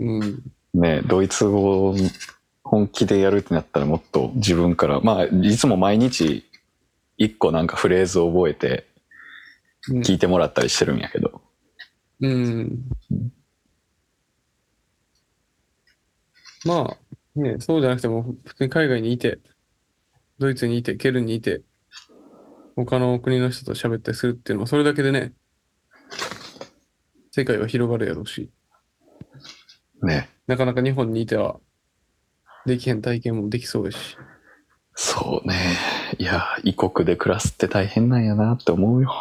うん。
ね、ドイツ語を本気でやるってなったらもっと自分から、まあ、いつも毎日一個なんかフレーズを覚えて
うん
聞いてもらったりしてるんやけど、
うん。まあ、ね、そうじゃなくても、普通に海外にいて、ドイツにいて、ケルンにいて、他の国の人と喋ったりするっていうのは、それだけでね、世界は広がるやろうし、
ね、
なかなか日本にいては、できへん体験もできそうやし。
そうね、いや、異国で暮らすって大変なんやなって思うよ。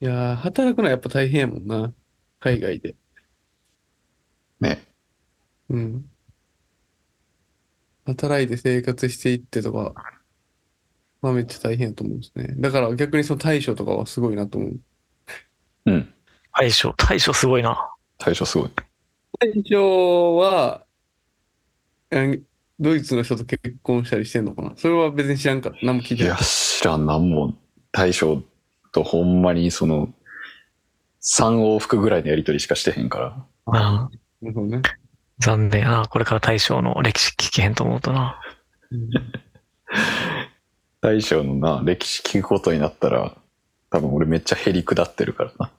いやー、働くのはやっぱ大変やもんな、海外で。
ね、
うん。働いて生活していってとか、まあめっちゃ大変やと思うんですね。だから逆にその対処とかはすごいなと思う。
うん、
対処、対処すごいな。
最初すごい。
対処は、えドイツの人と結婚したりしてんのかなそれは別に知らんかった。何も聞い
い
てない。
や、知らんなんも、大将とほんまにその、3往復ぐらいのやりとりしかしてへんから。
うん
なるほどね。
残念やな。これから大将の歴史聞けへんと思うとな。
うん
大将のな、歴史聞くことになったら、多分俺めっちゃへり下ってるからな。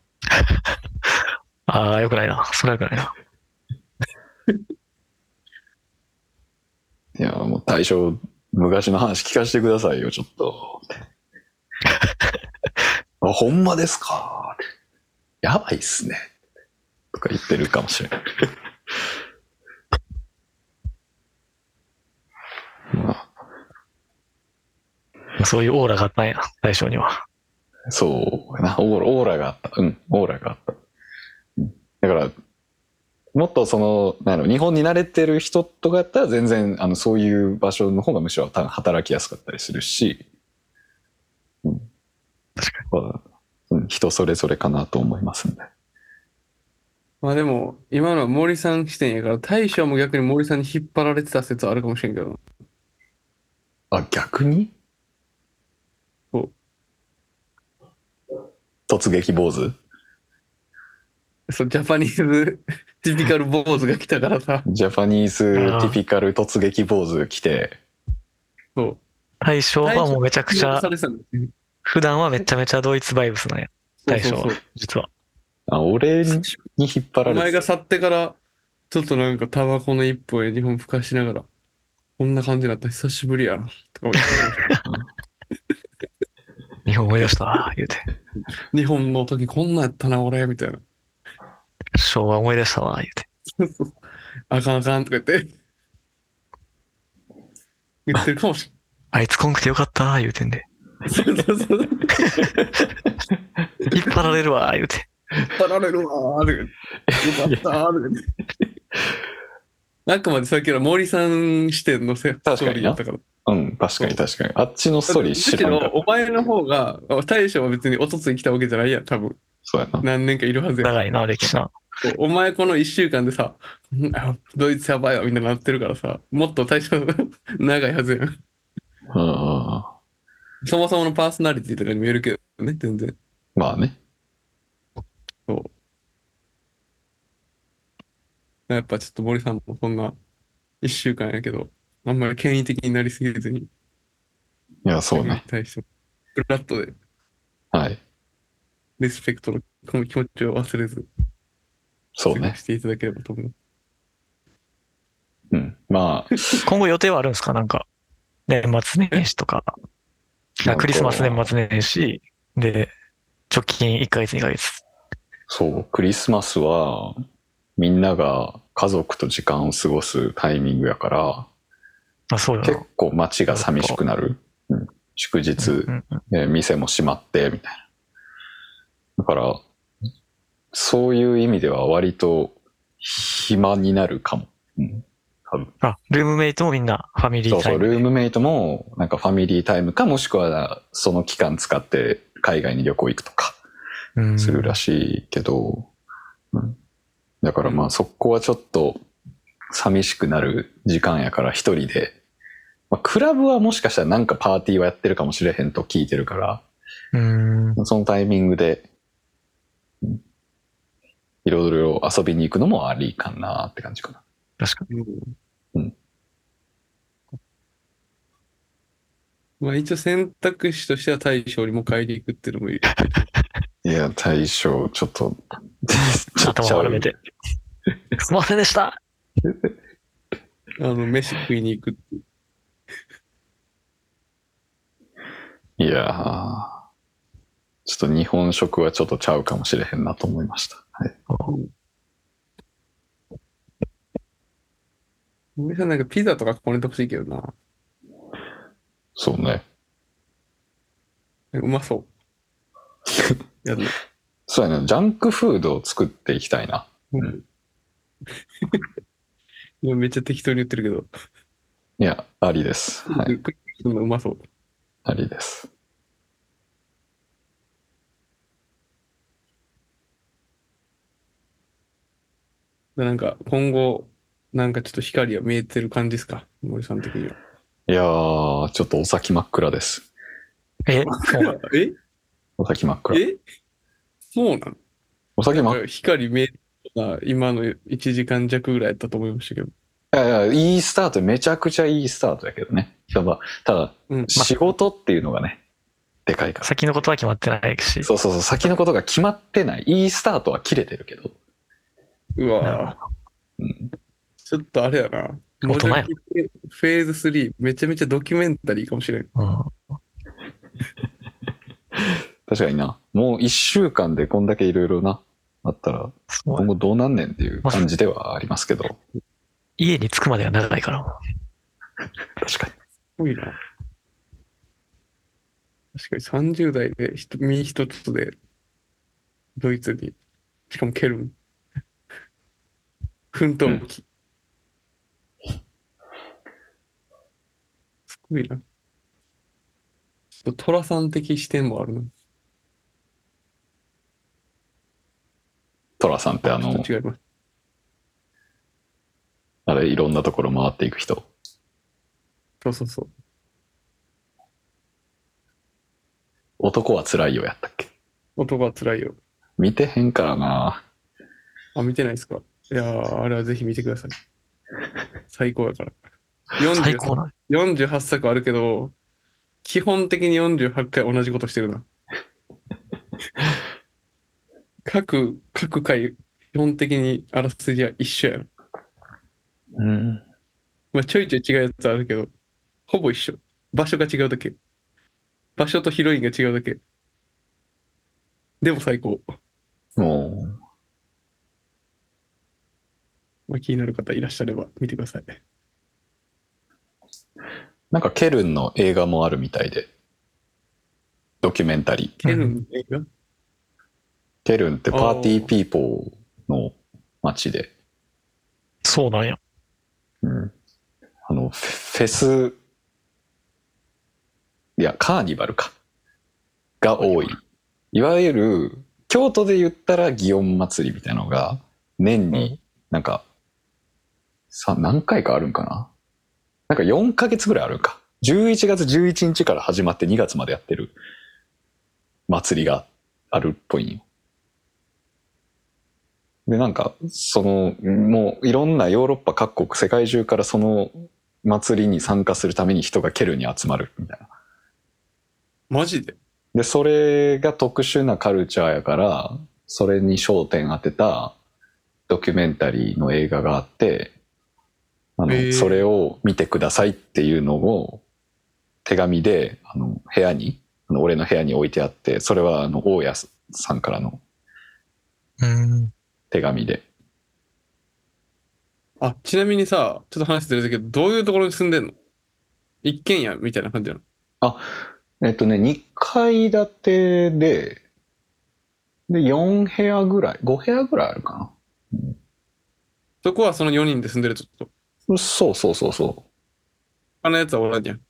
ああ、よくないな。それはよくないな。
いや、もう大将、昔の話聞かせてくださいよ、ちょっと。あ、ほんまですか。やばいっすね。とか言ってるかもしれない。まあ、
そういうオーラがあったんや、大将には。
そうやな、オーラ、オーラがあった。うん、オーラがあった。うんだから、もっとその、なんやろ、日本に慣れてる人とかやったら全然、あの、そういう場所の方がむしろ多分働きやすかったりするし、うん。
確か
まあうん、人それぞれかなと思いますんで。
まあでも、今のは森さん視点やから、大将も逆に森さんに引っ張られてた説はあるかもしれんけど。
あ、逆に
そう
突撃坊主
そう、ジャパニーズ ティピカル坊主が来たからさ。
ジャパニーズテ
あー
ィピカル突撃坊主来て、
そう。
大将はもうめちゃくちゃ
さ、れてたんですよ
普段はめちゃめちゃドイツバイブスなんや、大将は
そうそうそう。
実は。
あ俺に引っ
お
張られ
前
て
が
た
去ってから、ちょっとなんかタバコの一本や二本ふかしながら、こんな感じだった久しぶりやな、とか思って
日本思い出したわ、言うて。
日本の時こんなんやったな、俺、みたいな。
昭和思い出したわ、言うて。
あかんあかんとか言って。言ってるかもし
あいつ来んくてよかった、言うてんで。
れん。そうそうそう。
引っ張られるわ、言うて。
引っ張られるわーとか言って。よかったーとか言って。あくまでさっきの森さん視点のせストーリーだったから。
うん、確かに確かに。あっちのストーリー知らんか
だ
っ
けど
た。
お前の方が、大将は別におとつい来たわけじゃないやん、多分。
そうやな。
何年かいるはずやん。
長いな、歴史な。
お前この1週間でさ、 うんあドイツやばいわみんななってるからさ、もっと大将 長いはずやん。
うんうんうん
そもそものパーソナリティとかに見えるけどね、全然。
まあね。
そう。やっぱちょっと森さんもそんな1週間やけど、あんまり権威的になりすぎずに、
いや、そうね。
大将、フラットで
はい。
リスペクトのこの気持ちを忘れず、
そうね。
していただければと思う。
うん。まあ、
今後予定はあるんですかなんか、年末年始とか。
なんか
クリスマス年末年始、で、直近1ヶ月2ヶ月。
そう、クリスマスは、みんなが家族と時間を過ごすタイミングやから、
まあそうよな
結構街が寂しくなる。うん、祝日、
うんうん
ね店も閉まって、みたいな。だから、そういう意味では割と暇になるかも。うん、多分
あ、ルームメイトもみんなファミリ
そ
ー
う
タ
そ
イ
う、
ム。
ルームメイトもなんかファミリータイムか、もしくはその期間使って海外に旅行行くとか
うん
するらしいけど、うんだからまあそこはちょっと寂しくなる時間やから一人で、まあ、クラブはもしかしたらなんかパーティーはやってるかもしれへんと聞いてるから、
うん。
そのタイミングで、うんいろいろ遊びに行くのもありかなって感じかな。
確かに。
うん
まあ一応選択肢としては大将にも変えていくっていうのもいい。
いや、大将、ちょっ と、ちょっと
頭を丸めて。すいませんでした
あの、飯食いに行くっていう。
いやー、ちょっと日本食はちょっとちゃうかもしれへんなと思いました。はい、
森さんなんかピザとかこねてほしいけどな。
そうね。
うま そう。やるな。
そうやね。ジャンクフードを作っていきたいな。ん
今めっちゃ適当に言ってるけど、
いや、ありです。はい、
食いに行くのうまそう。
ありです。
でなんか今後、なんかちょっと光は見えてる感じですか森さん的には。
いやー、ちょっとお先真っ暗です。
え、
え
お先真っ暗。
えそうな
お先真っ
の光見えるのが今の1時間弱ぐらいだったと思いましたけど。
いやいや、いいスタート、めちゃくちゃいいスタートだけどね。ただ、ただ
うん
仕事っていうのがね、でかいから。
先のことは決まってないし。
そうそうそう、先のことが決まってない。いいスタートは切れてるけど。
う
なる
わぁ
うん、
ちょっとあれやな。
大人や
フェーズ3、めちゃめちゃドキュメンタリーかもしれん。
うん
確かにな。もう一週間でこんだけいろいろな、あったら、
そう
今後どうなんねんっていう感じではありますけど。
家に着くまでが長いから。
確かに。
多いな。確かに30代でひと身一つでドイツに、しかもケルン。 奮闘期。すごいな。ちょっと寅さん的視点もあるな。
トラさんってあ
ち
の、
ょっと違います。
あれ、いろんなところ回っていく人。
そうそうそう。
男は辛いよやったっけ
男は辛いよ。
見てへんからな。
あ、見てないですかいやー、あれはぜひ見てください。最高やから。40
最高な。
48作あるけど、基本的に48回同じことしてるな。 各、各回、基本的にあらすじは一緒やな。
うん。
まあ、ちょいちょい違うやつあるけど、ほぼ一緒。場所が違うだけ。場所とヒロインが違うだけ。でも最高。
もう、
まあ、気になる方いらっしゃれば見てください。
なんかケルンの映画もあるみたいで、ドキュメンタリー。
ケルンの映画
ケルンってパーティーピーポーの街で、
そうなんや。
うんあの、フェフェス、いや、カーニバルか、が多い。いわゆる、京都で言ったら祇園祭りみたいなのが、年になんか、さ、何回かあるんかななんか4ヶ月ぐらいあるんか。11月11日から始まって2月までやってる祭りがあるっぽいんよ。で、なんか、その、もういろんなヨーロッパ各国、世界中からその祭りに参加するために人がケルンに集まるみたいな。
マジで
で、それが特殊なカルチャーやから、それに焦点当てたドキュメンタリーの映画があって、あの、
へー
それを見てくださいっていうのを手紙で、あの、部屋に、あの俺の部屋に置いてあって、それは、あの、大家さんからの
うん。
手紙で。
あ、ちなみにさ、ちょっと話ずれるけど、どういうところに住んでんの一軒家みたいな感じなの
えっとね、2階建てで、で、4部屋ぐらい、5部屋ぐらいあるか
そこはその4人で住んでるってこと。
な。そうそうそうそ
他のやつはおらんじゃん。
う。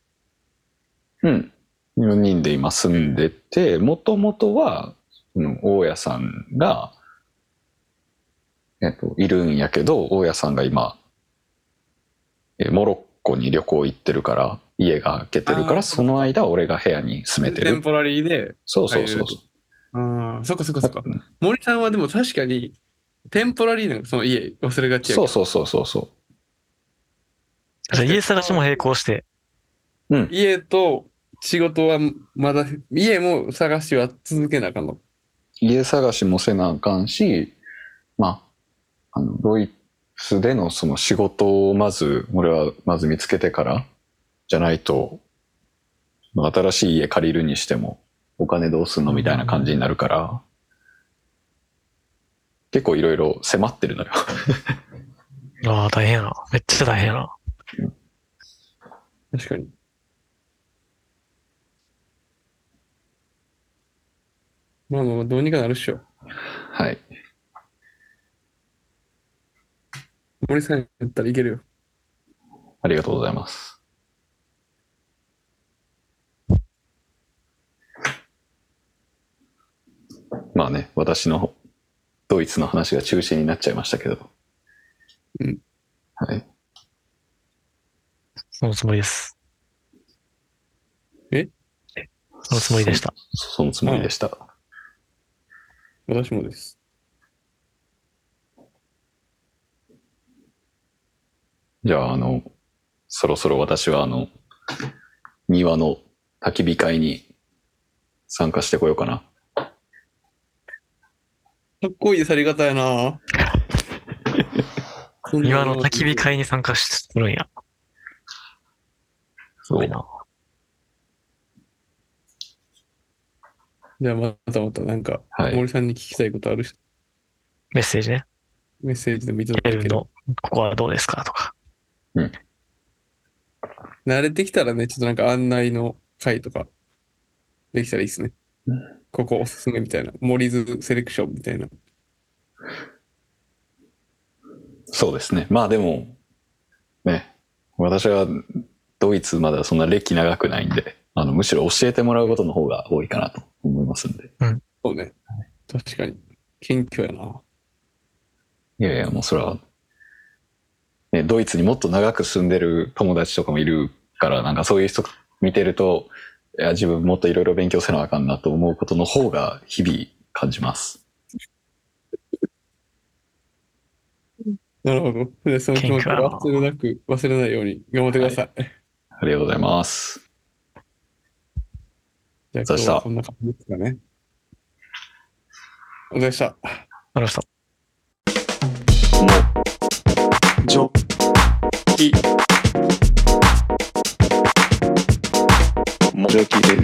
うん。4人で今住んでて、もともとは、その大家さんが、えっと、いるんやけど、大家さんが今、えモロッコに旅行行ってるから、家が空けてるか
あー
ら、その間俺が部屋に住めて
テン
る。
ポラリーで。
そうそうそうそう。
ああ、そっかそっかそっか。
うん
森さんはでも確かに、テンポラリーなんかその家忘れがちやけ
そ
ど
うそうそうそうそ
じゃあ家探しも並行して。
う。うん。
家と仕事はまだ、家も探しは続けなあかんの。
家探しもせなあかんし、まあ、あのドイツでのその仕事をまず俺はまず見つけてからじゃないとまあ新しい家借りるにしてもお金どうすんのみたいな感じになるから結構いろいろ迫ってるのよ
ああ、大変やな。めっちゃ大変やな。
確かに。まあまあまあ、どうにかなるっしょ。
はい
森さんやったらいけるよ。
ありがとうございますまあね私のドイツの話が中心になっちゃいましたけど
うん
はい
そのつもりです。
え
そのつもりでした。
そそのつもりでした、
私もです。
じゃああのそろそろ私はあの庭の焚き火会に参加してこようかな
かっこいい去り方や な
庭の焚き火会に参加するんや。す
そ
ご
う
いな。
じゃあまたまたなんか、
はい
森さんに聞きたいことある人
メッセージね。
メッセージでもいただ
エ
け
ル
れば
の、ここはどうですかとか。
慣れてきたらね、ちょっとなんか案内の会とかできたらいいですね
う。
ここおすすめみたいな。森ズセレクションみたいな。
そうですねまあでもね私はドイツまだそんな歴長くないんであのむしろ教えてもらうことの方が多いかなと思いますんで
そうね。確かに。謙虚やな。
いやいやもうそれは、ね、ドイツにもっと長く住んでる友達とかもいるからなんかそういう人見てるといや自分もっといろいろ勉強せなあかんなと思うことの方が日々感じます
なるほど。で、その気持ちを
謙虚や
忘
な
れなく、忘れないように頑張ってください。
ありがとうございます
じゃあ
お疲
今
れ
日
様でした
はこんな感じですかね。お疲れ様でした。
あの人。
ジョ
き
もうジョキです